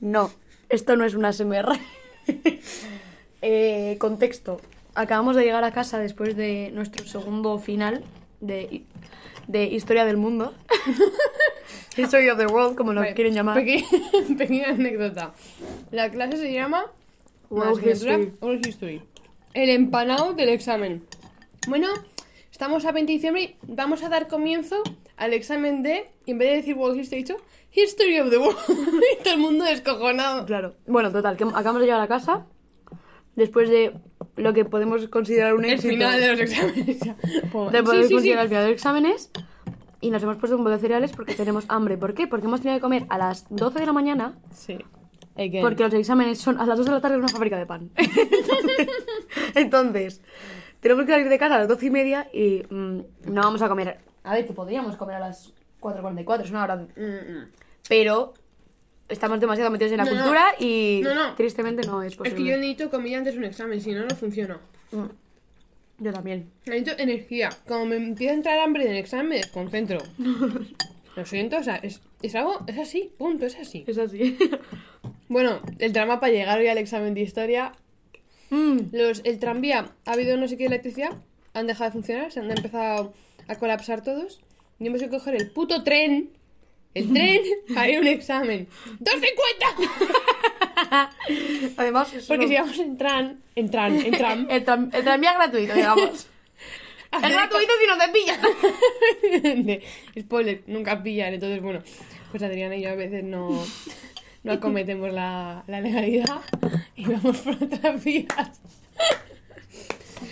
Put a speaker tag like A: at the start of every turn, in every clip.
A: no, esto no es una SMR. Eh, contexto. Acabamos de llegar a casa después de nuestro segundo final de, de Historia del Mundo. History of the World, como lo
B: Vale,
A: quieren llamar.
B: peque- pequeña anécdota. La clase se llama
A: World
B: Más Cultura,
A: History.
B: World History. El empanado del examen. Bueno, estamos a 20 de diciembre y vamos a dar comienzo al examen de, en vez de decir World History, he dicho History of the World. y todo el mundo descojonado.
A: Claro. Bueno, total, que acabamos de llegar a casa después de lo que podemos considerar un
B: El
A: éxito.
B: final de los exámenes. ya.
A: de poder
B: Sí, sí, sí.
A: considerar el final de los exámenes. Y nos hemos puesto un poco de cereales porque tenemos hambre. ¿Por qué? Porque hemos tenido que comer a las 12 de la mañana
B: Sí. Again.
A: porque los exámenes son a las 2 de la tarde en una fábrica de pan. entonces, entonces, tenemos que salir de casa a las 12 y media y mm, no vamos a comer. A ver, que podríamos comer a las 4.44, es una hora.
B: Mm, mm.
A: Pero estamos demasiado metidos en la
B: No, no.
A: cultura y
B: No, no.
A: tristemente no es
B: Es
A: posible.
B: que yo necesito comida antes de un examen, si no, no funciona.
A: Mm. Yo también.
B: Necesito energía. Como me empieza a entrar hambre en el examen, me desconcentro. Lo siento, o sea, es, es algo, es así, punto, es así.
A: Es así.
B: Bueno, el drama para llegar hoy al examen de historia.
A: Mm.
B: Los, el tranvía, ha habido no sé qué electricidad, han dejado de funcionar, se han empezado a colapsar todos. Y hemos que coger el puto tren, el tren, para ir a un examen. ¡2.50!
A: Además, es
B: Porque
A: un-
B: si vamos en tran, en tran, en tram,
A: el, tram- el tranvía gratuito, digamos. es gratuito si no te pillan.
B: De- Spoiler, nunca pillan, entonces bueno, pues Adriana y yo a veces no, no acometemos la, la legalidad y vamos por otras vías.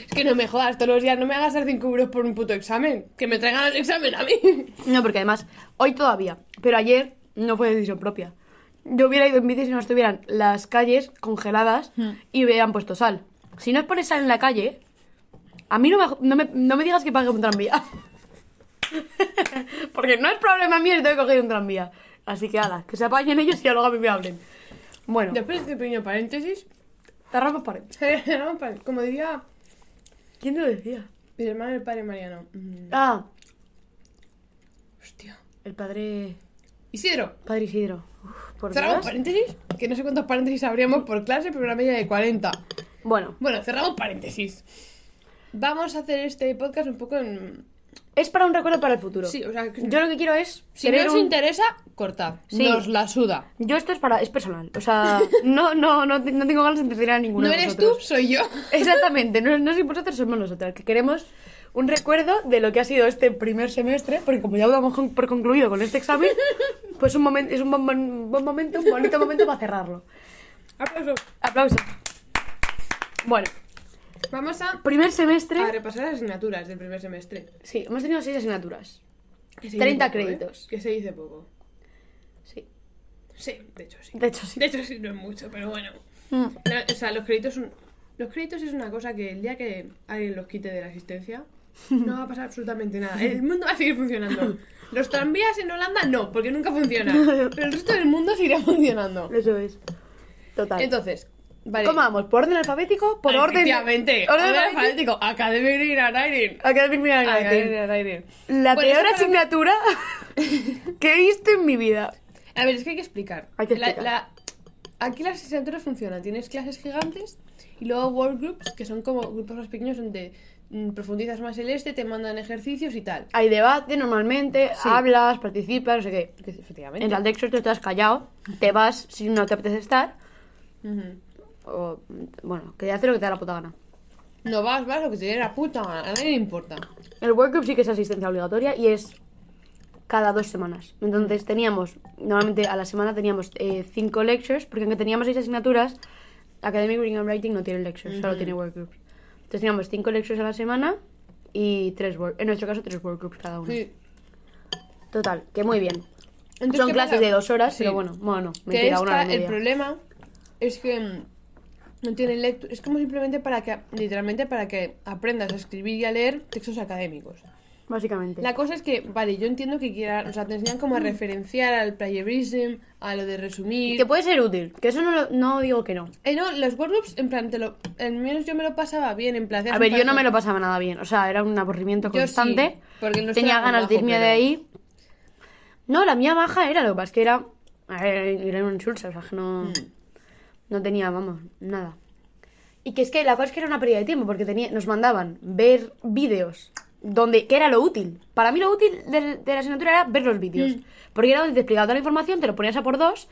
B: Es que no me jodas todos los días, no me hagas dar 5 euros por un puto examen, que me traigan el examen a mí.
A: No, porque además, hoy todavía, pero ayer no fue decisión propia. Yo hubiera ido en bici si no estuvieran las calles congeladas y hubieran puesto sal. Si no es por sal en la calle, a mí no me, no me, no me digas que pague un tranvía. porque no es problema mío si tengo que coger un tranvía. Así que ala, que se apañen ellos y luego a mí me hablen. Bueno,
B: Después de este pequeño paréntesis,
A: cerramos pared.
B: como diría
A: ¿Quién te lo decía?
B: mi hermano el padre Mariano. mm,
A: Ah,
B: Hostia.
A: el padre...
B: Isidro,
A: Padre Isidro. Uf, por
B: cerramos
A: Dios.
B: paréntesis, que no sé cuántos paréntesis abríamos por clase, pero una media de 40.
A: Bueno,
B: Bueno, cerramos paréntesis. Vamos a hacer este podcast un poco en...
A: es para un recuerdo para el futuro.
B: Sí, o sea, que-
A: Yo lo que quiero es
B: si
A: tener
B: no os
A: un-
B: interesa, cortad.
A: Sí.
B: Nos la suda.
A: Yo esto es para es personal, o sea, no no no, te- no tengo ganas de entretener a ninguno
B: No
A: de
B: eres tú,
A: vosotros.
B: soy yo.
A: Exactamente, no, no sois vosotros, somos nosotras, que queremos un recuerdo de lo que ha sido este primer semestre, porque como ya damos con- por concluido con este examen, pues un momen- es un buen, buen- buen momento, un bonito momento para cerrarlo.
B: Aplauso.
A: Aplauso. Bueno,
B: Vamos a,
A: primer
B: a
A: semestre,
B: repasar las asignaturas del primer semestre.
A: sí, hemos tenido seis asignaturas.
B: Que se
A: 30
B: dice poco, ¿eh?
A: créditos.
B: Que se dice poco.
A: Sí,
B: Sí, de hecho sí.
A: de hecho sí.
B: De hecho sí, no es mucho, pero bueno.
A: Mm.
B: La- o sea, los créditos son... Los créditos es una cosa que el día que alguien los quite de la existencia, no va a pasar absolutamente nada. El mundo va a seguir funcionando. Los tranvías en Holanda no, porque nunca funcionan. Pero el resto del mundo seguirá funcionando.
A: Eso es. Total.
B: Entonces, vale.
A: ¿Cómo vamos? ¿Por orden alfabético? ¿Por orden...?
B: Efectivamente.
A: ¿Orden
B: Orden
A: alfabético?
B: alfabético. Academic Green Iron.
A: Academic Miracle. La
B: Bueno,
A: peor
B: eso para-
A: asignatura que he visto en mi vida.
B: A ver, es que hay que explicar.
A: Hay que
B: La-
A: explicar.
B: la- aquí las asignaturas funcionan. Tienes clases gigantes y luego workgroups, que son como grupos más pequeños donde mm, profundizas más el este, te mandan ejercicios y tal.
A: Hay debate normalmente,
B: Sí.
A: hablas, participas, no sé qué.
B: Que- Efectivamente.
A: En el Dexter te estás callado, te vas si no te apetece estar,
B: Ujú.
A: o bueno, que haces lo que te da la puta gana.
B: No vas, vas, lo que te dé la puta gana, A nadie le importa.
A: El workgroup sí que es asistencia obligatoria y es cada dos semanas. Entonces teníamos, normalmente a la semana teníamos eh, cinco lectures, porque aunque teníamos seis asignaturas, Academic Reading and Writing no tiene lectures, solo
B: Ujú.
A: tiene workgroups. Entonces teníamos cinco lectures a la semana y tres work, en nuestro caso tres workgroups cada uno.
B: Sí.
A: Total, que muy bien.
B: Entonces,
A: Son
B: ¿qué
A: clases
B: pasa?
A: de dos horas,
B: Sí.
A: pero bueno, bueno, no,
B: que
A: mentira, una hora
B: esta,
A: y
B: el
A: media.
B: problema es que mm, no tienen lectura. Es como simplemente para que, literalmente, para que aprendas a escribir y a leer textos académicos.
A: Básicamente.
B: La cosa es que, vale, yo entiendo que quieran, o sea, te enseñan como a referenciar al plagiarism, a lo de resumir.
A: Que puede ser útil, que eso no, lo- no digo que no.
B: Eh, no, los workgroups, en plan, te lo, al menos yo me lo pasaba bien, en plan.
A: A ver, yo no me lo pasaba nada bien, o sea, era un aburrimiento
B: Yo sí,
A: constante.
B: porque no
A: Tenía
B: estaba
A: ganas de
B: abajo,
A: irme de
B: pero-
A: ahí. No, la mía baja era lo que pasa es que era A ver, era un insulso, o sea, que no,
B: Hmm.
A: no tenía, vamos, nada. Y que es que la cosa es que era una pérdida de tiempo, porque tenía, nos mandaban ver vídeos, donde, que era lo útil. Para mí lo útil del- de, la asignatura era ver los vídeos,
B: Hmm.
A: porque era donde te explicaba toda la información, te lo ponías a por dos,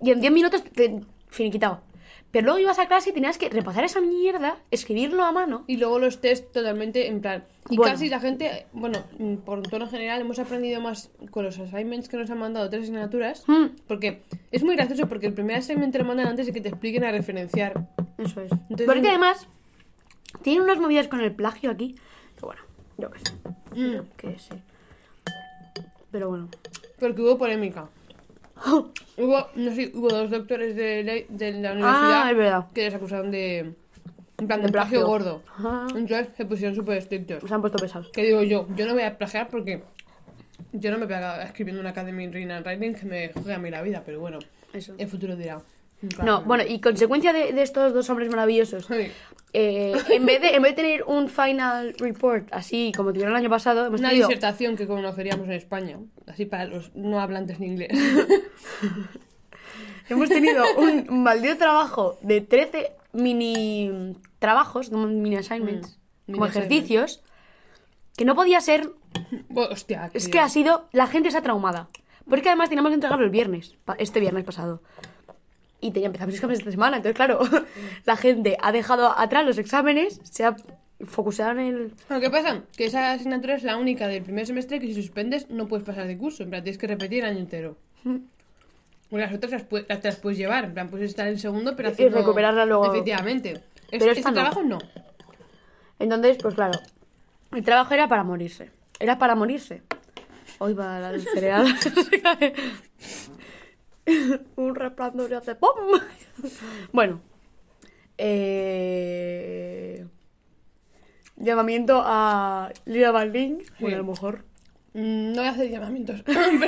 A: y en 10 minutos te finiquitaba. Pero luego ibas a clase y tenías que repasar esa mierda, escribirlo a mano.
B: Y luego los test totalmente en plan. Y
A: Bueno.
B: casi la gente, bueno, mm, por tono general, hemos aprendido más con los assignments que nos han mandado tres asignaturas.
A: Mm.
B: Porque es muy gracioso porque el primer assignment te lo mandan antes de que te expliquen a referenciar.
A: Eso es.
B: Entonces-
A: Porque además, tienen unas movidas con el plagio aquí. Que bueno, yo qué sé.
B: Mm,
A: Que sé. Pero bueno.
B: Porque hubo polémica. Hubo, no sé, hubo dos doctores de, ley- de la universidad
A: Ah, es verdad.
B: que les acusaron de. En plan,
A: De
B: de plagio
A: plagio.
B: gordo.
A: Ah,
B: Entonces se pusieron súper estrictos.
A: se han puesto pesados.
B: Que digo yo, yo no voy a plagiar porque yo no me pegaba escribiendo una Academy Reina Writing que me juegue a mí la vida, pero bueno,
A: Eso.
B: el futuro dirá.
A: No, bueno, y consecuencia de, de estos dos hombres maravillosos.
B: Sí.
A: eh, en, vez de, en vez de tener un final report así como tuvieron el año pasado, hemos
B: Una
A: tenido.
B: disertación que conoceríamos en España, así para los no hablantes de inglés.
A: Hemos tenido un maldito trabajo de 13 mini trabajos, como mini assignments,
B: Mm,
A: como
B: mini assignments.
A: ejercicios, que no podía ser.
B: Bueno, Hostia,
A: Es que ha sido. La gente está traumada. Porque además teníamos que entregarlo el viernes, pa- este viernes pasado. Y tenía, empezamos los exámenes esta semana, entonces claro, la gente ha dejado atrás los exámenes, se ha focusado en el.
B: Bueno, ¿qué pasa? Que esa asignatura es la única del primer semestre que si suspendes no puedes pasar de curso, en plan, tienes que repetir el año entero. Bueno, las otras las, pue- las te las puedes llevar, en plan, puedes estar en segundo, pero
A: Y- y
B: haciendo-
A: recuperarla luego.
B: Efectivamente. Es-
A: Pero
B: este
A: esta no.
B: trabajo no.
A: Entonces, pues claro, el trabajo era para morirse. Era para morirse. Hoy va la luz cereal. Un resplandor y hace ¡pum! bueno. Eh... Llamamiento a Lila Balvin. Bueno, a lo mejor.
B: Mm, No voy a hacer llamamientos perdón.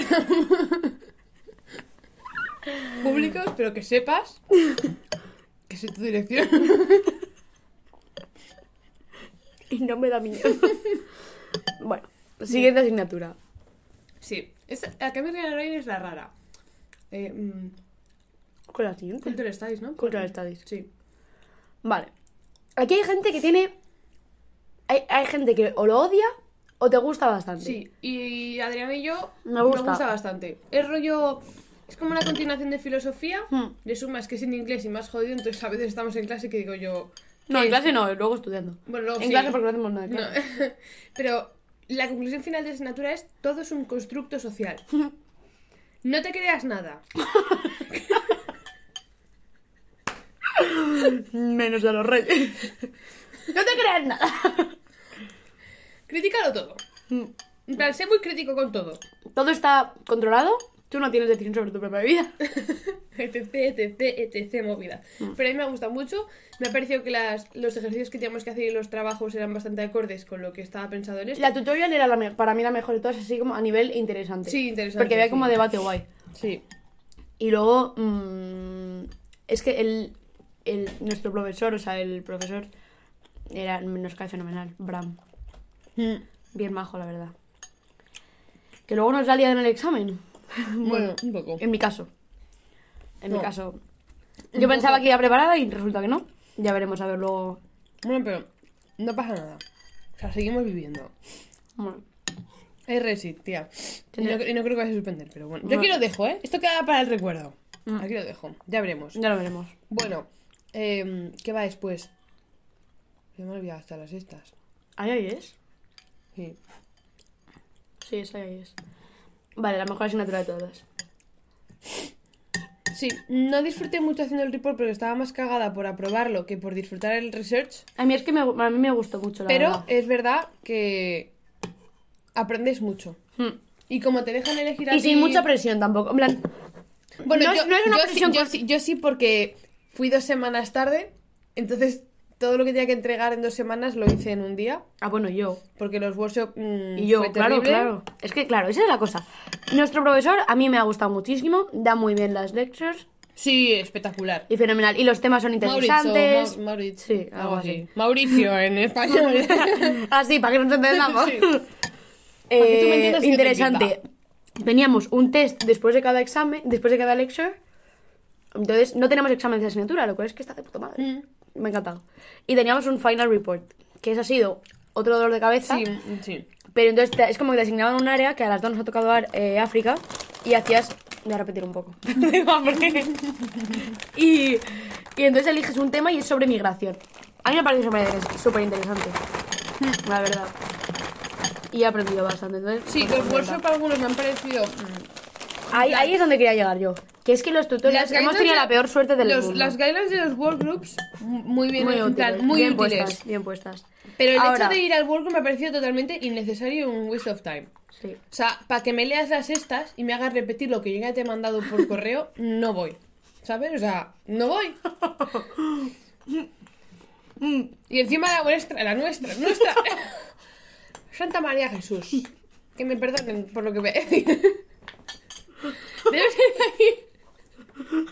B: públicos, pero que sepas que sé tu dirección.
A: Y no me da miedo. bueno, siguiente asignatura.
B: Sí, esta- la que me ríe ahora es la rara. Eh, mm,
A: Con la siguiente.
B: Cultural Studies, ¿no?
A: Cultural Studies.
B: Sí.
A: Vale. Aquí hay gente que tiene. Hay, hay gente que o lo odia o te gusta bastante.
B: Sí, y Adriana y yo
A: Me gusta.
B: bastante. Es rollo. Es como una continuación de filosofía.
A: Hmm.
B: De sumas que es en inglés y más jodido, entonces a veces estamos en clase que digo yo.
A: No,
B: eh,
A: en clase no, luego estudiando.
B: Bueno, luego
A: en
B: sí.
A: clase porque no hacemos nada.
B: No.
A: claro.
B: Pero la conclusión final de la asignatura es todo es un constructo social.
A: Hmm.
B: No te creas nada.
A: Menos de los reyes. no te creas nada.
B: Critícalo todo. En plan, sé muy crítico con todo.
A: Mm, Todo está controlado. Tú no tienes decisión sobre tu propia vida.
B: etc, etc, etc, movida.
A: Mm.
B: Pero a mí me ha gustado mucho. Me ha parecido que las, los ejercicios que teníamos que hacer y los trabajos eran bastante acordes con lo que estaba pensado en esto.
A: La tutorial era la me- para mí la mejor de todas, así como a nivel interesante.
B: Sí, interesante,
A: Porque había
B: sí.
A: como debate guay.
B: Sí.
A: Y luego, mm, es que el, el- nuestro profesor, o sea, el profesor, era, nos cae fenomenal, Bram. Mm, Bien majo, la verdad. Que luego nos la liado en el examen.
B: Bueno, un poco.
A: En mi caso. En mi
B: No.
A: caso. Yo pensaba que iba preparada y resulta que no. Ya veremos a ver luego.
B: Bueno, pero no pasa nada. O sea, seguimos viviendo.
A: Bueno,
B: Es Resit, tía. Y
A: Tendré-
B: no, y no creo que vaya a suspender, pero bueno. Yo
A: Bueno. Mm.
B: aquí lo dejo, ¿eh? Esto queda para el recuerdo. Aquí lo dejo. Ya veremos.
A: ya lo veremos.
B: Bueno, eh, ¿qué va después? Yo me he olvidado hasta las estas.
A: ¿Ahí ahí es?
B: Sí.
A: Sí, es ahí ahí es. Vale, la mejor asignatura de todas.
B: Sí, no disfruté mucho haciendo el report porque estaba más cagada por aprobarlo que por disfrutar el research.
A: A mí es que me, gu- a mí me gustó mucho, la
B: Pero
A: verdad.
B: es verdad que aprendes mucho.
A: Hmm.
B: Y como te dejan elegir a
A: Y sin
B: ti-
A: mucha presión tampoco. En plan,
B: Bueno,
A: No es-
B: yo,
A: no es una
B: yo
A: presión
B: sí, yo, sí, yo sí porque fui dos semanas tarde, entonces todo lo que tenía que entregar en dos semanas lo hice en un día,
A: ah, bueno, yo.
B: porque los workshops mm,
A: Y yo,
B: fue
A: claro,
B: terrible.
A: claro. Es que, claro, esa es la cosa. Nuestro profesor a mí me ha gustado muchísimo. Da muy bien las lectures.
B: Sí, espectacular.
A: Y fenomenal. Y los temas son
B: Mauricio,
A: interesantes.
B: Mau- Mauricio,
A: Sí, algo así.
B: Mauricio en español.
A: Así, Ah, para que nos entendamos.
B: Sí.
A: Eh,
B: que tú me entiendas y yo te
A: interesante. teníamos un test después de cada examen, después de cada lecture. Entonces, no teníamos exámenes de asignatura, lo cual es que está de puta madre.
B: Mm.
A: Me ha encantado. Y teníamos un final report, que eso ha sido otro dolor de cabeza.
B: Sí, sí.
A: Pero entonces te- es como que te asignaban un área que a las dos nos ha tocado ar- eh, África y hacías. Voy a repetir un poco. Tengo hambre. y, y entonces eliges un tema y es sobre migración. A mí me parece súper- súper interesante. La verdad. Y he aprendido bastante. Entonces,
B: Sí,
A: pues,
B: los
A: me encanta.
B: workshops para algunos me han parecido. mm,
A: Ahí, ahí es donde quería llegar yo. Que es que los tutores
B: Las
A: hemos
B: guidelines
A: tenido
B: de-
A: la peor suerte del
B: los-
A: mundo.
B: Las guidelines de los workgroups, mu- muy bien, en plan,
A: útiles,
B: muy
A: bien
B: útiles.
A: puestas, bien puestas.
B: Pero el
A: Ahora-
B: hecho de ir al workgroup me ha parecido totalmente innecesario y un waste of time.
A: Sí.
B: O sea, para que me leas las estas y me hagas repetir lo que yo ya te he mandado por correo, no voy. ¿Sabes? O sea, no voy. y encima la nuestra, la nuestra, nuestra. Santa María Jesús. Que me perdonen por lo que voy a decir. Debe ser que aquí.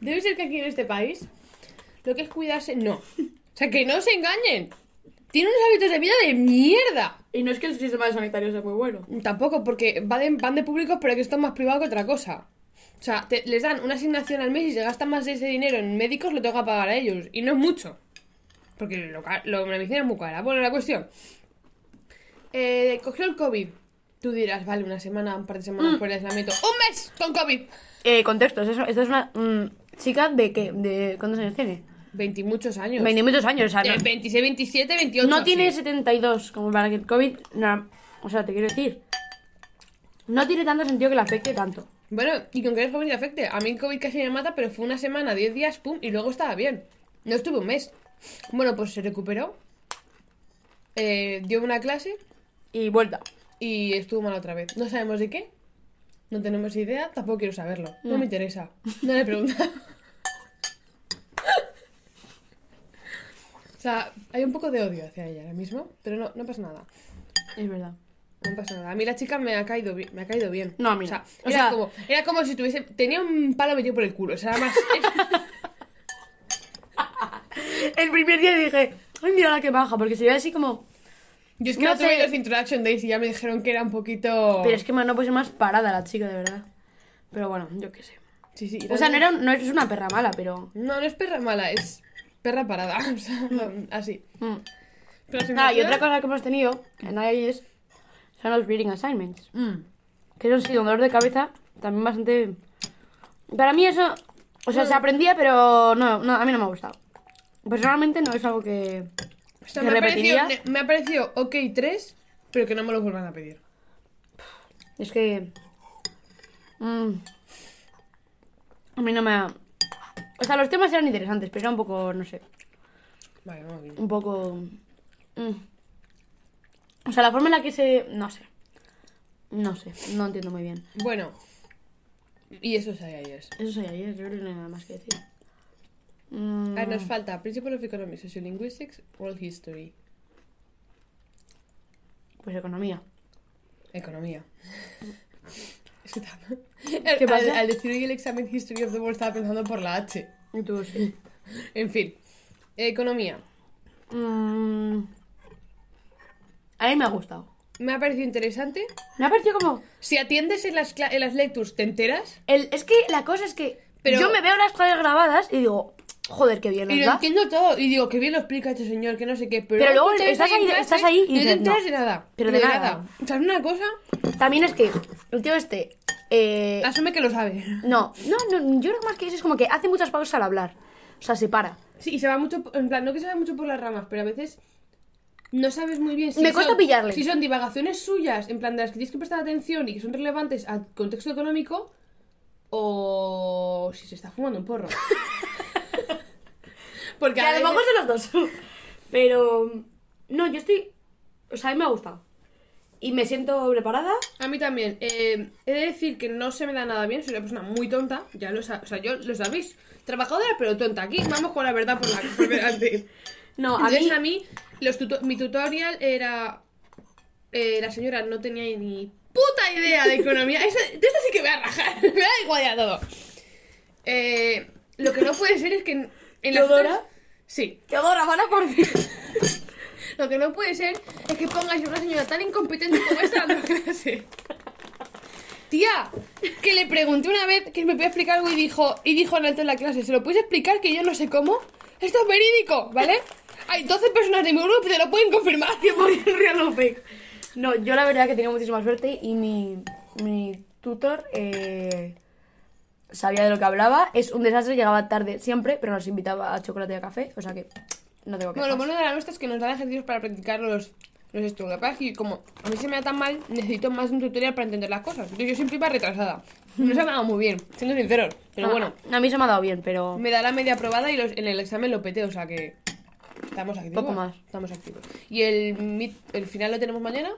B: Debe ser que aquí en este país lo que es cuidarse. No. O sea, que no se engañen. Tiene unos hábitos de vida de mierda.
A: Y no es que el sistema sanitario sea muy bueno.
B: Tampoco, porque va de- van de públicos, pero que están más privados que otra cosa. O sea, te- les dan una asignación al mes y se gastan más de ese dinero en médicos, lo tengo que pagar a ellos. Y no es mucho. Porque lo, ca- lo- la medicina es muy cara. Bueno, la cuestión. Eh, cogió el COVID. Tú dirás, vale, una semana, un par de
A: Mm.
B: semanas por el aislamiento. ¡Un mes con COVID!
A: Eh, contextos, eso, esto es una mm, chica de qué, de cuántos años tiene?
B: Veintimuchos años.
A: 20 muchos años, o sea,
B: Eh,
A: no,
B: 26, 27, 28.
A: no
B: así.
A: tiene 72 como para que el COVID, no, o sea, te quiero decir, no tiene tanto sentido que le afecte tanto.
B: Bueno, y con que el COVID te afecte. A mí el COVID casi me mata, pero fue una semana, 10 días, pum, y luego estaba bien. No estuve un mes. Bueno, pues se recuperó. eh, dio una clase
A: Y vuelta.
B: y estuvo mal otra vez. No sabemos de qué. No tenemos idea, tampoco quiero saberlo. No, me interesa. No le pregunta. o sea, hay un poco de odio hacia ella ahora mismo, pero no, no pasa nada.
A: Es verdad.
B: No pasa nada. A mí la chica me ha caído bien. Me ha caído bien.
A: No, a mí
B: O sea,
A: no. O
B: era,
A: sea-
B: como, era como si tuviese. Tenía un palo metido por el culo. O sea, era más.
A: El primer día dije, ay, mira la que baja, porque se ve así como,
B: Yo es que
A: No
B: no,
A: sé.
B: tuve los Introduction Days y ya me dijeron que era un poquito.
A: pero es que man, no puede ser más parada la chica, de verdad. Pero bueno, yo qué sé.
B: Sí, sí.
A: O sea, no, era, un- no es una perra mala, pero...
B: No, no es perra mala, es perra parada. O sea, así.
A: mm.
B: Pero si me
A: Nada, y
B: quedan-
A: otra cosa que hemos tenido en IIS son los reading assignments.
B: Mm.
A: Que eso ha sido un dolor de cabeza también bastante... Para mí eso... O sea, se aprendía, pero no, no, a mí no me ha gustado. Personalmente no es algo que...
B: O sea,
A: ¿Te
B: me, ha parecido,
A: repetiría?
B: me ha parecido OK 3, pero que no me lo vuelvan a pedir.
A: Es que... mm, a mí no me ha... O sea, los temas eran interesantes, pero era un poco, no sé,
B: Vale, vamos bien.
A: un poco... mm. O sea, la forma en la que se... No sé. No sé, no entiendo muy bien.
B: Bueno. Y eso es IIS.
A: Eso soy ayer, yo creo que no hay nada más que decir.
B: A
A: Mm,
B: ver, Ah, nos falta Principle of Economics, Sociolinguistics, World History.
A: Pues economía.
B: Economía. Es que estaba-
A: ¿Qué
B: al,
A: pasa?
B: al decir hoy el examen History of the World estaba pensando por la H.
A: Y tú sí.
B: En fin. Economía.
A: Mm, A mí me ha gustado.
B: Me ha parecido interesante.
A: Me ha parecido como.
B: Si atiendes en las, cla- en las lectures, ¿te enteras?
A: El... Es que la cosa es que.
B: Pero-
A: Yo me veo las clases grabadas y digo, joder, qué bien,
B: Y
A: ¿verdad?
B: lo entiendo todo. Y digo, que bien lo explica este señor, que no sé qué. Pero,
A: Pero luego
B: tú te ves
A: estás ahí-
B: en clase,
A: estás ahí y
B: No
A: dices,
B: te enteras
A: no.
B: de nada.
A: Pero de nada.
B: O sea, es una cosa...
A: También es que el tío este. eh,
B: Asume que lo sabe.
A: No, no, no, yo creo que más que eso es como que hace muchas pausas al hablar. O sea, se para.
B: Sí, y se va mucho... En plan, no que se va mucho por las ramas, pero a veces... No sabes muy bien si
A: Me cuesta
B: son-
A: pillarle.
B: Si son divagaciones suyas, en plan de las que tienes que prestar atención y que son relevantes al contexto económico, o si se está fumando un porro. Porque
A: Que a lo
B: veces-
A: mejor son los dos. Pero. No, yo estoy. O sea, a mí me ha gustado. Y me siento preparada.
B: A mí también. Eh, he de decir que no se me da nada bien, soy una persona muy tonta. Ya lo sa- o sea, yo lo sabéis. Trabajadora, pero tonta. Aquí vamos con la verdad por, la, por delante.
A: No, a mí.
B: Entonces, a mí, los tuto- mi tutorial era. eh, la señora no tenía ni puta idea de economía. Esa- de esta sí que voy a rajar. me da igual ya todo. Eh, lo que no puede ser es que en, en las
A: ¿Teodora?
B: otras- Sí.
A: Teodora, van a por ti.
B: Lo que no puede ser es que pongas a una señora tan incompetente como esta dando clase. Tía, que le pregunté una vez que me podía explicar algo y dijo, y dijo en alto en la clase, ¿se lo puedes explicar que yo no sé cómo? Esto es verídico, ¿vale? Hay 12 personas de mi grupo que te lo pueden confirmar.
A: que podía ser real o fake. No, yo la verdad que tenía muchísima suerte y mi, mi tutor eh, sabía de lo que hablaba. Es un desastre, llegaba tarde siempre, pero nos invitaba a chocolate y a café, o sea que no tengo que
B: Bueno, lo bueno de la nuestra es que nos dan ejercicios para practicar los, los estudios. Lo que pasa es que como a mí se me da tan mal, necesito más de un tutorial para entender las cosas. Entonces yo siempre iba retrasada. No se me ha dado muy bien, siendo sinceros. Pero bueno,
A: Ah, A mí se me ha dado bien, pero...
B: me da la media aprobada y los- en el examen lo pete, o sea que estamos activos.
A: Poco más.
B: Estamos activos. Y el, mid- el final lo tenemos mañana.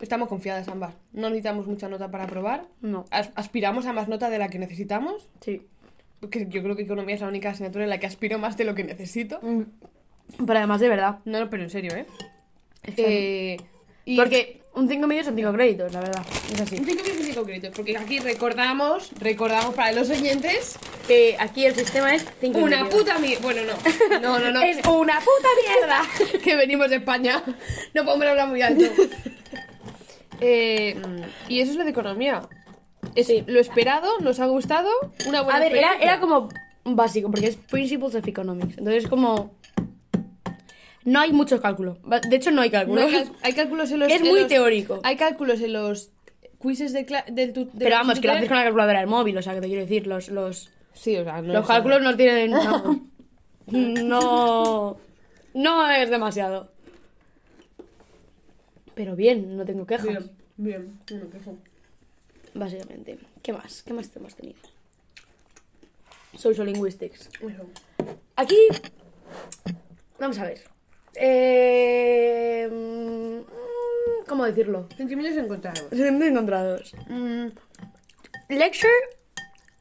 B: Estamos confiadas ambas. No necesitamos mucha nota para aprobar.
A: No,
B: As- aspiramos a más nota de la que necesitamos.
A: sí.
B: Porque yo creo que economía es la única asignatura en la que aspiro más de lo que necesito.
A: Mm, Pero además de verdad.
B: No, no, pero en serio, ¿eh? Eh, y-
A: Porque un 5 medio son 5 créditos, la verdad. Es así.
B: Un 5 minutos concretos, porque aquí recordamos, recordamos para los oyentes,
A: Que aquí el sistema es 5
B: una puta mierda. Bueno, no, no, no, no.
A: Es una puta mierda.
B: que venimos de España. No podemos hablar muy alto. Eh, y eso es lo de economía. Es
A: Sí.
B: lo esperado, nos ha gustado. Una buena
A: A ver, era,
B: experiencia.
A: era como básico, porque es Principles of Economics. Entonces, como. No hay muchos cálculos. Va- De hecho, no hay
B: No
A: cálculos.
B: hay, cal- hay cálculos en los.
A: Es
B: en
A: muy
B: los-
A: teórico.
B: Hay cálculos en los quizzes de cla- del tu- de
A: Pero
B: los
A: vamos, que lo haces
B: tutoriales.
A: con la calculadora del móvil, o sea, que te quiero decir, los, los,
B: Sí, o sea, no
A: los
B: es-
A: cálculos no tienen. No, no. No es demasiado. Pero bien, no tengo quejas.
B: Bien, bien, no me quejo.
A: Básicamente. ¿Qué más? ¿Qué más hemos tenido? Social Linguistics.
B: Eso.
A: Aquí. Vamos a ver. Eh, mm, ¿Cómo decirlo?
B: Sentimientos encontrados.
A: Sentimientos encontrados.
B: Mm,
A: Lecture,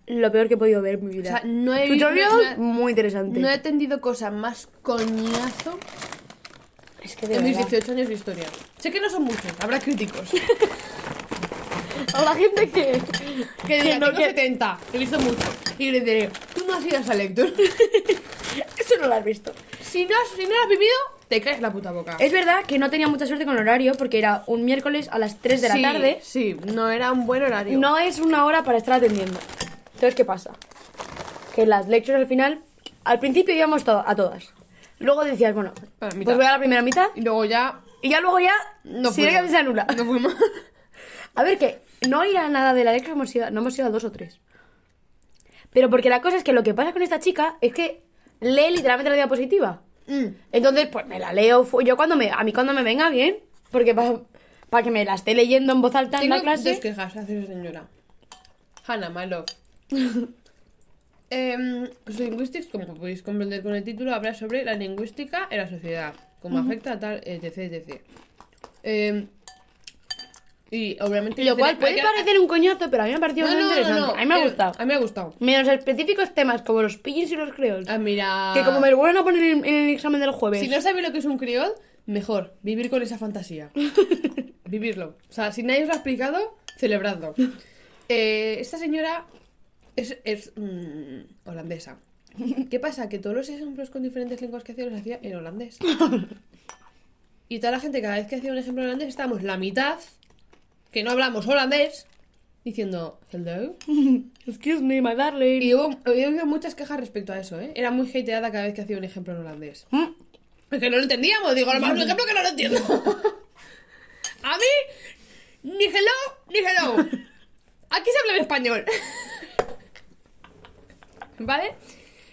A: lo peor que he podido ver en mi
B: o
A: vida.
B: sea, no he
A: Tutorial,
B: no-
A: muy interesante.
B: No he atendido cosa más coñazo
A: Es que de
B: en mis
A: verdad.
B: 18 años de historia. Sé que no son muchos, habrá críticos.
A: A la gente que.
B: Que diga,
A: no
B: tengo
A: que-
B: 70, he visto mucho. Y le diré, tú no has ido a esa lectura.
A: Eso no lo has visto.
B: si, no has, si no la has vivido, te crees la puta boca.
A: Es verdad que no tenía mucha suerte con el horario porque era un miércoles a las 3 de la
B: Sí,
A: tarde.
B: Sí, no era un buen horario.
A: No es una hora para estar atendiendo. Entonces, ¿qué pasa? Que las lectures al final, al principio íbamos to- a todas. Luego decías, bueno,
B: A la mitad.
A: pues voy a la primera mitad
B: Y luego ya
A: y ya luego ya
B: no
A: si no, ya
B: fuimos.
A: se anula.
B: No fuimos.
A: A ver, que no ir a nada de la lectura, hemos ido, no hemos ido a dos o tres. Pero porque la cosa es que lo que pasa con esta chica es que lee literalmente la diapositiva.
B: Mm.
A: Entonces, pues me la leo fu- yo cuando me, a mí cuando me venga bien, porque para que me la esté leyendo en voz alta en
B: Tengo
A: la clase.
B: dos quejas hacia esa señora. Hanna, malo. eh, linguistics, como podéis comprender con el título, habla sobre la lingüística en la sociedad, cómo afecta a tal, etc, etc. Eh, y obviamente...
A: Lo cual puede
B: Hay que-
A: parecer un coñazo, pero a mí me ha parecido
B: No,
A: muy
B: no, no,
A: interesante.
B: no,
A: a mí me ha
B: pero-
A: gustado.
B: A mí me ha gustado.
A: Menos específicos temas como los pillins y los creols.
B: Ah, mira...
A: Que como me lo vuelven a poner en, en el examen del jueves.
B: Si no sabéis lo que es un criol, mejor, vivir con esa fantasía. Vivirlo. O sea, si nadie os lo ha explicado, celebradlo. Eh, esta señora es, es, mm, holandesa. ¿Qué pasa? Que todos los ejemplos con diferentes lenguas que hacía los hacía en holandés. Y toda la gente, cada vez que hacía un ejemplo en holandés, estábamos la mitad, que no hablamos holandés, diciendo hello.
A: Excuse me, my darling.
B: Y hubo, he oído muchas quejas respecto a eso, ¿eh? Era muy hateada cada vez que hacía un ejemplo en holandés.
A: Mm.
B: Es que no lo entendíamos, digo, lo más un ejemplo que no lo entiendo. A mí, ni hello, ni hello. Aquí se habla en español. ¿Vale?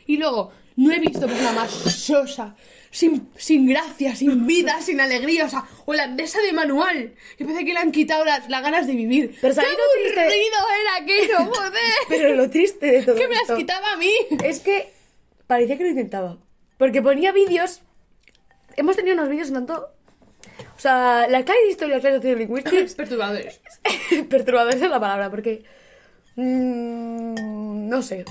B: Y luego, no he visto persona más sosa, sin, sin gracia, sin vida, sin alegría, o sea, holandesa de manual. Yo pensé que le han quitado las, las ganas de vivir.
A: Pero
B: ¡Qué
A: ¿sabéis lo triste?
B: aburrido era aquello, joder!
A: Pero lo triste de todo
B: ¿Qué me
A: esto
B: las quitaba a mí?
A: es que parecía que lo intentaba. Porque ponía vídeos. Hemos tenido unos vídeos tanto. O sea, la clase de historia, la clase de lingüística.
B: Perturbadores.
A: perturbadores es la palabra, porque. mm, no sé.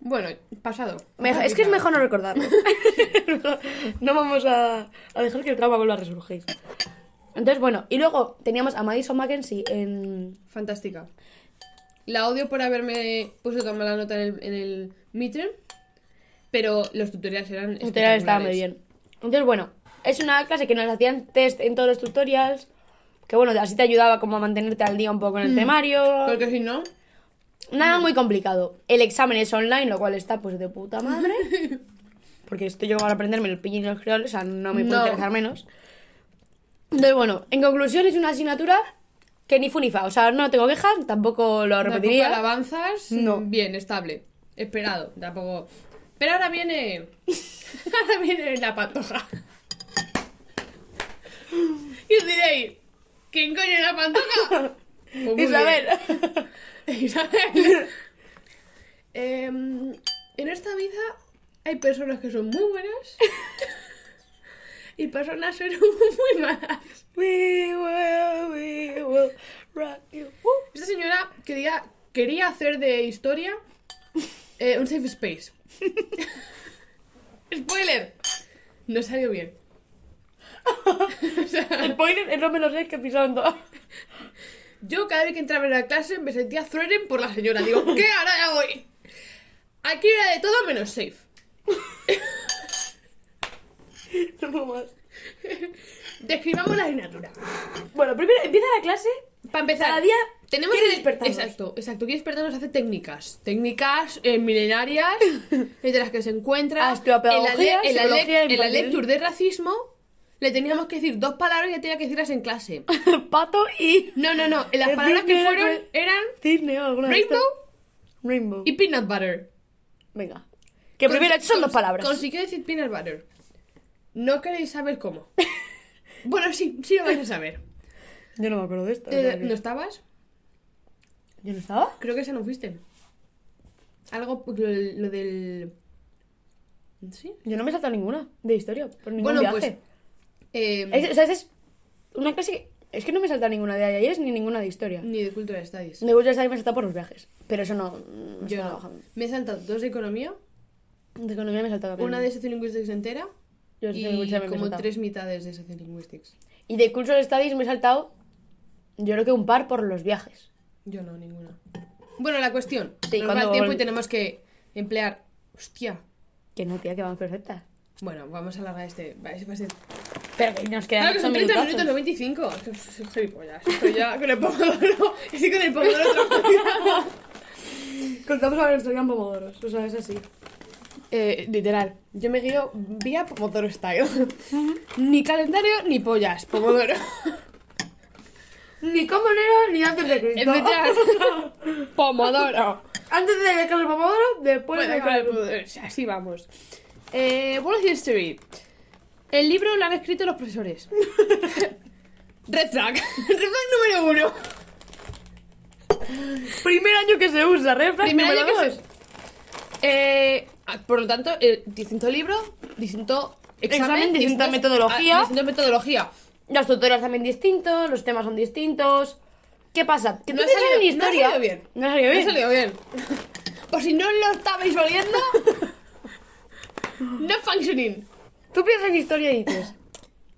B: Bueno, pasado.
A: Mejo- es que es mejor no recordarlo. no vamos a, a dejar que el trauma vuelva a resurgir. Entonces, bueno, y luego teníamos a Madison Mackenzie en.
B: Fantástica. La odio por haberme puesto tan mala nota en el, en el midterm, pero los tutoriales eran
A: Tutorial estaba muy
B: espectaculares.
A: bien. Entonces, bueno, es una clase que nos hacían test en todos los tutorials. Que bueno, así te ayudaba como a mantenerte al día un poco en el temario.
B: Porque si no,
A: Nada muy complicado. El examen es online, lo cual está pues de puta madre. Porque estoy yo para aprenderme los pillín y los creoles, o sea, no me puede
B: No.
A: interesar menos. Entonces, bueno, en conclusión es una asignatura que ni funifa. O sea, no tengo quejas, tampoco lo
B: tampoco
A: repetiría.
B: alabanzas.
A: No.
B: Bien, estable. Esperado, tampoco. Pero ahora viene. ahora viene la pantoja. y os diréis: ¿Quién coño es la pantoja? Pues muy bien.
A: Isabel.
B: Isabel. Em, en esta vida hay personas que son muy buenas y personas que son muy malas.
A: We will, we will rock you. Uh,
B: Esta señora quería, quería hacer de historia eh, un safe space. Spoiler. No salió bien. O sea,
A: Spoiler, es lo menos seis que he pisado en toda-
B: yo cada vez que entraba en la clase me sentía threatened por la señora. Digo, ¿qué ahora ya voy? Aquí era de todo menos safe.
A: No puedo más.
B: Describamos la asignatura.
A: Bueno, primero empieza la clase.
B: Para empezar,
A: Cada día
B: tenemos
A: quiere
B: el-
A: despertarnos.
B: Exacto, exacto. Quiere despertarnos hace técnicas. Técnicas eh, milenarias, entre las que se encuentra.
A: Astrapedagogía,
B: en la, le- en la,
A: psicología
B: le- en la
A: infantil.
B: lecture de racismo, le teníamos que decir dos palabras que tenía que decirlas en clase.
A: Pato y
B: No, no, no. Las
A: El
B: palabras que
A: cisne
B: fueron
A: era-
B: eran
A: cisne o alguna de estas.
B: rainbow
A: Rainbow.
B: y peanut butter.
A: Venga. Que primero son dos
B: Cons-
A: palabras.
B: Consiguió decir peanut butter. No queréis saber cómo. bueno, sí, sí lo vais a saber.
A: Yo no me acuerdo de esto. o
B: Eh,
A: sea que-
B: ¿No estabas?
A: ¿Yo no estaba?
B: Creo que esa no fuiste. Algo, lo, lo del... ¿Sí?
A: Yo no me he saltado ninguna de historia. Por ningún
B: Bueno,
A: viaje.
B: pues... eh,
A: Es- o sea, es una clase que... Es que no me he saltado ninguna de ayer ni ninguna de historia.
B: Ni de Cultural Studies.
A: De Google Studies me he saltado por los viajes. Pero eso no... no
B: Yo
A: estaba
B: no.
A: bajando.
B: Me he saltado dos de economía,
A: De economía me he saltado también.
B: una de sociolingüística entera
A: Yo de Google
B: y
A: Studies me he
B: como
A: saltado.
B: tres mitades de sociolingüísticas.
A: Y de Cultural Studies me he saltado... Yo creo que un par por los viajes.
B: Yo no, ninguna. Bueno, la cuestión.
A: Sí,
B: nos va
A: cuando
B: el tiempo
A: vol-
B: y tenemos que emplear... Hostia.
A: Que no, tía, que vamos perfectas.
B: Bueno, vamos a alargar este... Va, ese va a ser...
A: Pero que nos quedan
B: Claro Ah, que
A: ocho
B: son 30
A: minutazos.
B: minutos, no 25. Es que soy gilipollas. Estoy ya con el pomodoro. Estoy con el pomodoro trabajando.
A: Contamos a ver nuestro gran pomodoros. O sea, es así.
B: Eh, literal, yo me guío vía Pomodoro Style. ni calendario ni pollas, Pomodoro.
A: Ni como Nero ni antes de Cristo.
B: Efectivamente. pomodoro.
A: Antes de dejar el pomodoro, después
B: Bueno,
A: de
B: con
A: dejar
B: el
A: el pomodoro.
B: pomodoro, pues, o sea, así vamos. Eh, World History. El libro lo han escrito los profesores. Red flag. Red flag número uno.
A: Primer año que se usa, ¿eh?
B: Primer año que se- Eh, ah, por lo tanto, eh, distinto libro, distinto examen,
A: Examen, distinta
B: distintas-
A: metodología.
B: ah, distinta metodología.
A: Los tutoriales también distintos, los temas son distintos. ¿Qué pasa? Que
B: No
A: tú
B: ha
A: te sale
B: salido-
A: en
B: no ha
A: historia.
B: salido bien.
A: No ha salido
B: No
A: bien.
B: salió bien. Por si no lo estabais oliendo. No functioning.
A: Tú piensas en historia y dices.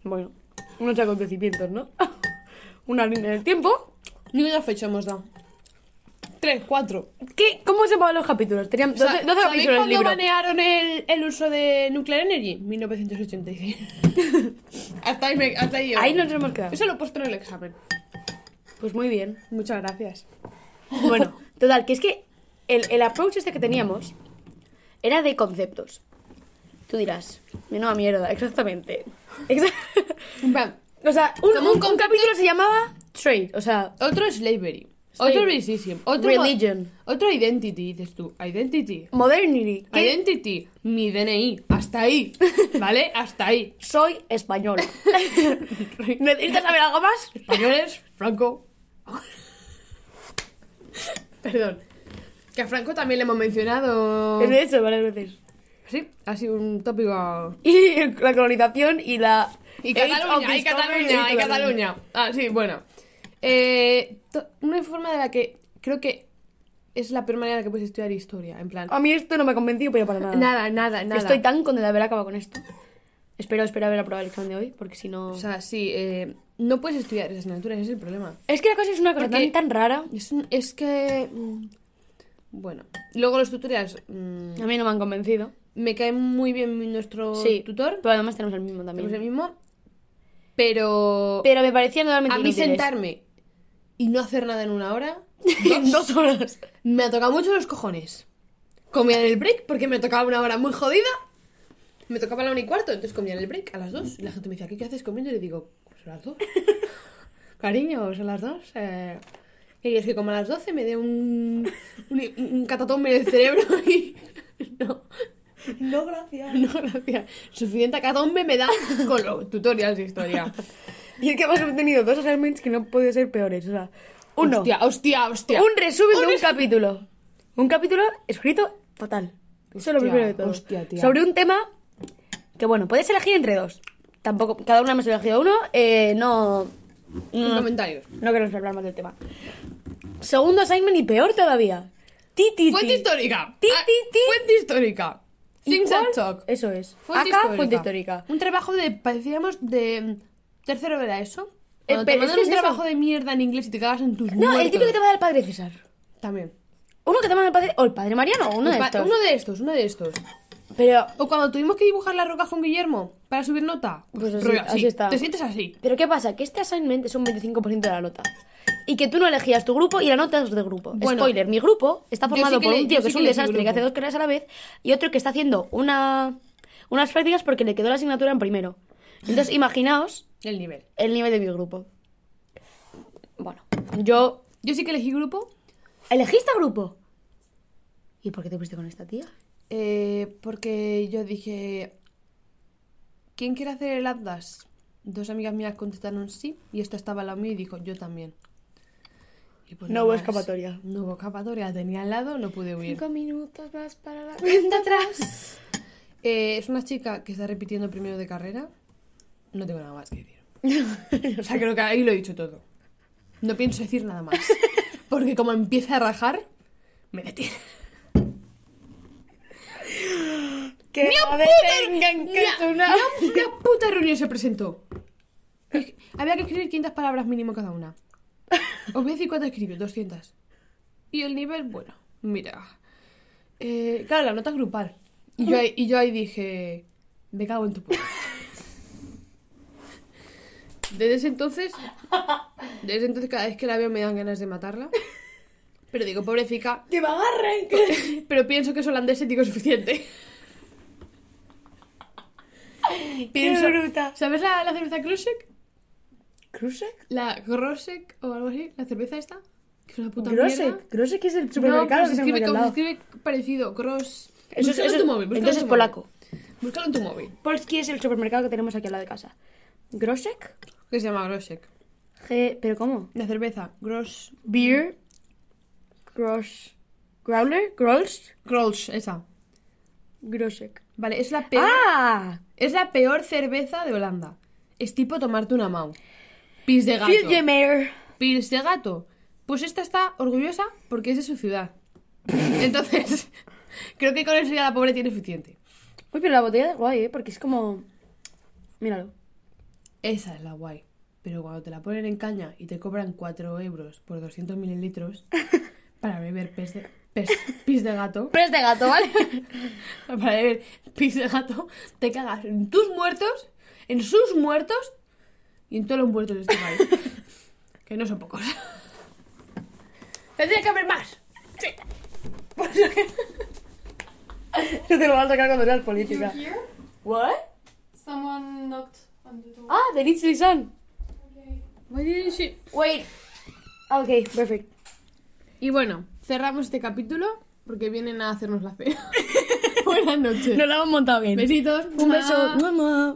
A: Bueno, unos acontecimientos, ¿no? Una línea del tiempo.
B: Ni una fecha hemos dado. Tres, cuatro.
A: ¿Qué? ¿Cómo se llamaban los capítulos? Tenían 12, 12
B: ¿Sabéis
A: capítulos el
B: cuándo
A: libro.
B: banearon el, el uso de nuclear energy? 1986. hasta ahí, me, hasta ahí yo.
A: Ahí nos hemos quedado.
B: Eso lo he puesto en el examen.
A: Pues muy bien.
B: Muchas gracias.
A: Bueno, total, que es que el, el approach este que teníamos era de conceptos. Tú dirás, menuda mierda, exactamente. Exa-
B: En plan,
A: o sea, un,
B: Como un
A: un- un capítulo se llamaba Trade, o sea,
B: Otro slavery.
A: Slavery.
B: Otro racism. Otro
A: Religion.
B: Otro identity, dices tú. Identity.
A: Modernity, que
B: Identity, mi DNI, hasta ahí, ¿vale? Hasta ahí.
A: soy español. ¿Necesitas saber algo más?
B: Españoles, Franco. Perdón. Que a Franco también le hemos mencionado.
A: Es de hecho, varias veces.
B: Sí, ha sido un tópico.
A: Y la colonización y la...
B: Y
A: Age of
B: Cataluña, y
A: Discovery
B: Cataluña, y Cataluña. Ah, sí, bueno. Eh, to- una forma de la que creo que es la peor manera en la que puedes estudiar historia, en plan.
A: A mí esto no me ha convencido, pero para nada.
B: Nada, nada, nada.
A: Estoy tan con el haber acabado con esto. Espero, espero haber aprobado el examen de hoy, porque si no...
B: O sea, sí, eh, no puedes estudiar esas asignaturas, ese es el problema.
A: Es que la cosa es una cosa
B: Porque-
A: tan, tan rara.
B: Es, un- es que. mm, Bueno. Luego los tutoriales. mm,
A: A mí no me han convencido.
B: Me cae muy bien nuestro
A: Sí.
B: tutor.
A: Pero además tenemos el mismo también.
B: Tenemos el mismo. Pero.
A: Pero me parecían
B: a
A: totalmente
B: mí
A: inútiles.
B: sentarme y no hacer nada en una hora.
A: en dos horas.
B: Me ha tocado mucho los cojones. Comía en el break porque me tocaba una hora muy jodida. Me tocaba la una y cuarto, entonces comía en el break a las dos. Y la gente me decía, ¿qué, qué haces comiendo? Y le digo, pues a las dos. Cariño, son las dos. Eh, ¿Querías que como a las doce me dé un, un, un catatombe en el cerebro? Y no,
A: No, gracias.
B: no, gracias. Suficiente catombe me da con los tutoriales de historia.
A: Y es que hemos obtenido dos assignments que no han podido ser peores. O sea, uno,
B: Hostia, hostia, hostia.
A: un resumen de
B: Un
A: un capítulo. Un capítulo escrito fatal. Eso es lo
B: Hostia,
A: primero de todo.
B: hostia, tía.
A: Sobre un tema que, bueno, puedes elegir entre dos. Tampoco, cada uno hemos elegido uno. Eh, no,
B: En comentarios.
A: no queremos hablar más del tema. Segundo assignment y peor todavía. Titi.
B: Fuente histórica.
A: Ti,
B: Ah,
A: ti, ti.
B: Fuente histórica. Things that talk.
A: Eso es.
B: Fuente
A: Acá,
B: histórica.
A: fuente histórica.
B: Un trabajo de, parecíamos de mm, tercero de la ESO.
A: Eh,
B: Cuando
A: pero
B: te
A: es
B: mandan
A: que
B: un
A: es
B: trabajo
A: eso.
B: de mierda en inglés y te cagas en tus
A: No, el
B: muertos.
A: típico que te va a dar el padre César.
B: También. Pues
A: Uno que te manda el padre. O el padre Mariano, uno de
B: Pa-
A: estos.
B: Uno de estos, uno de estos.
A: Pero,
B: O cuando tuvimos que dibujar las rocas con Guillermo para subir nota.
A: Pues así,
B: rollo
A: así está.
B: Te sientes así.
A: pero ¿qué pasa? Que este assignment es un 25% de la nota. Y que tú no elegías tu grupo y la nota es de grupo.
B: Bueno.
A: Spoiler, mi grupo está
B: Yo
A: formado
B: sí que
A: por
B: le-
A: un tío que
B: yo sí
A: es
B: que
A: un
B: elegí
A: desastre que
B: grupo.
A: hace dos carreras a la vez y otro que está haciendo una, unas prácticas porque le quedó la asignatura en primero. Entonces, imaginaos
B: El nivel.
A: el nivel de mi grupo. Bueno, yo...
B: Yo sí que elegí grupo
A: ¿Elegiste grupo? ¿Y por qué te pusiste con esta tía?
B: eh, porque yo dije... ¿Quién quiere hacer el Atlas? Dos amigas mías contestaron sí y esta estaba al lado mío y dijo yo también. Y pues
A: No hubo
B: más.
A: escapatoria.
B: No hubo escapatoria. la Tenía al lado, no pude huir.
A: minutos más para la cuenta atrás.
B: Eh, es una chica que está repitiendo primero de carrera. No tengo nada más que decir. O sea, creo que ahí lo he dicho todo. No pienso decir nada más. Porque como empieza a rajar, me detiene.
A: que a veces tengan que sonar.
B: Ni a una puta reunión se presentó. Había que escribir 500 palabras mínimo cada una. Os voy a decir cuánto escribió, 200. Y el nivel, bueno, mira. Eh, claro, la nota es grupal. Y yo, ahí- y yo ahí dije, me cago en tu puta. Desde ese entonces, desde entonces cada vez que la veo me dan ganas de matarla. Pero digo, pobrecita,
A: ¡Que me agarren!
B: pero pienso que es holandés ético suficiente. Pienso-
A: bruta!
B: ¿Sabes la, la cerveza Krusek?
A: ¿Krusek?
B: La Grosek o algo así, la cerveza esta. Que es una puta mierda.
A: ¿Grosek? ¿Grosek pues es el
B: No,
A: supermercado
B: pero se
A: que tenemos
B: escribe,
A: aquí al
B: como- se
A: lado?
B: escribe parecido, Gros.
A: Eso es-
B: búscalo
A: eso
B: en
A: es-
B: tu móvil. búscalo en
A: entonces
B: tu
A: es polaco.
B: móvil. Búscalo en tu móvil.
A: Polski es el supermercado que tenemos aquí al lado de casa. ¿Grosek?
B: Que se llama Grosek.
A: G... ¿Pero cómo?
B: La cerveza, Gros.
A: Beer. Grosh. Growler. Grosh.
B: Grolsch, esa.
A: Grosek.
B: Vale, es la peor.
A: ¡Ah!
B: Es la peor cerveza de Holanda. Es tipo tomarte una Mau. Pis de gato.
A: Filgemeer.
B: Pils de gato. Pues esta está orgullosa porque es de su ciudad. Entonces, creo que con eso ya la pobre tiene suficiente.
A: Uy, pero la botella es guay, ¿eh? Porque es como... Míralo.
B: Esa es la guay. Pero cuando te la ponen en caña y te cobran 4 euros por 200 mililitros para beber pes de, pes- pis de gato,
A: Pero es de gato, ¿vale?
B: para beber pis de gato, te cagas en tus muertos, en sus muertos y en todos los muertos de este país. que no son pocos. Tendría que haber más. Sí.
A: Yo te lo van a sacar cuando seas política.
C: You hear?
A: ¿What?
C: Someone knocked on the door.
A: Ah, the Little Sun.
C: Okay.
B: Why didn't she-
A: Wait. Ok, perfect.
B: Y bueno, cerramos este capítulo porque vienen a hacernos la cena. Buenas noches.
A: Nos lo hemos montado bien.
B: Besitos.
A: Un beso. Mua, mua.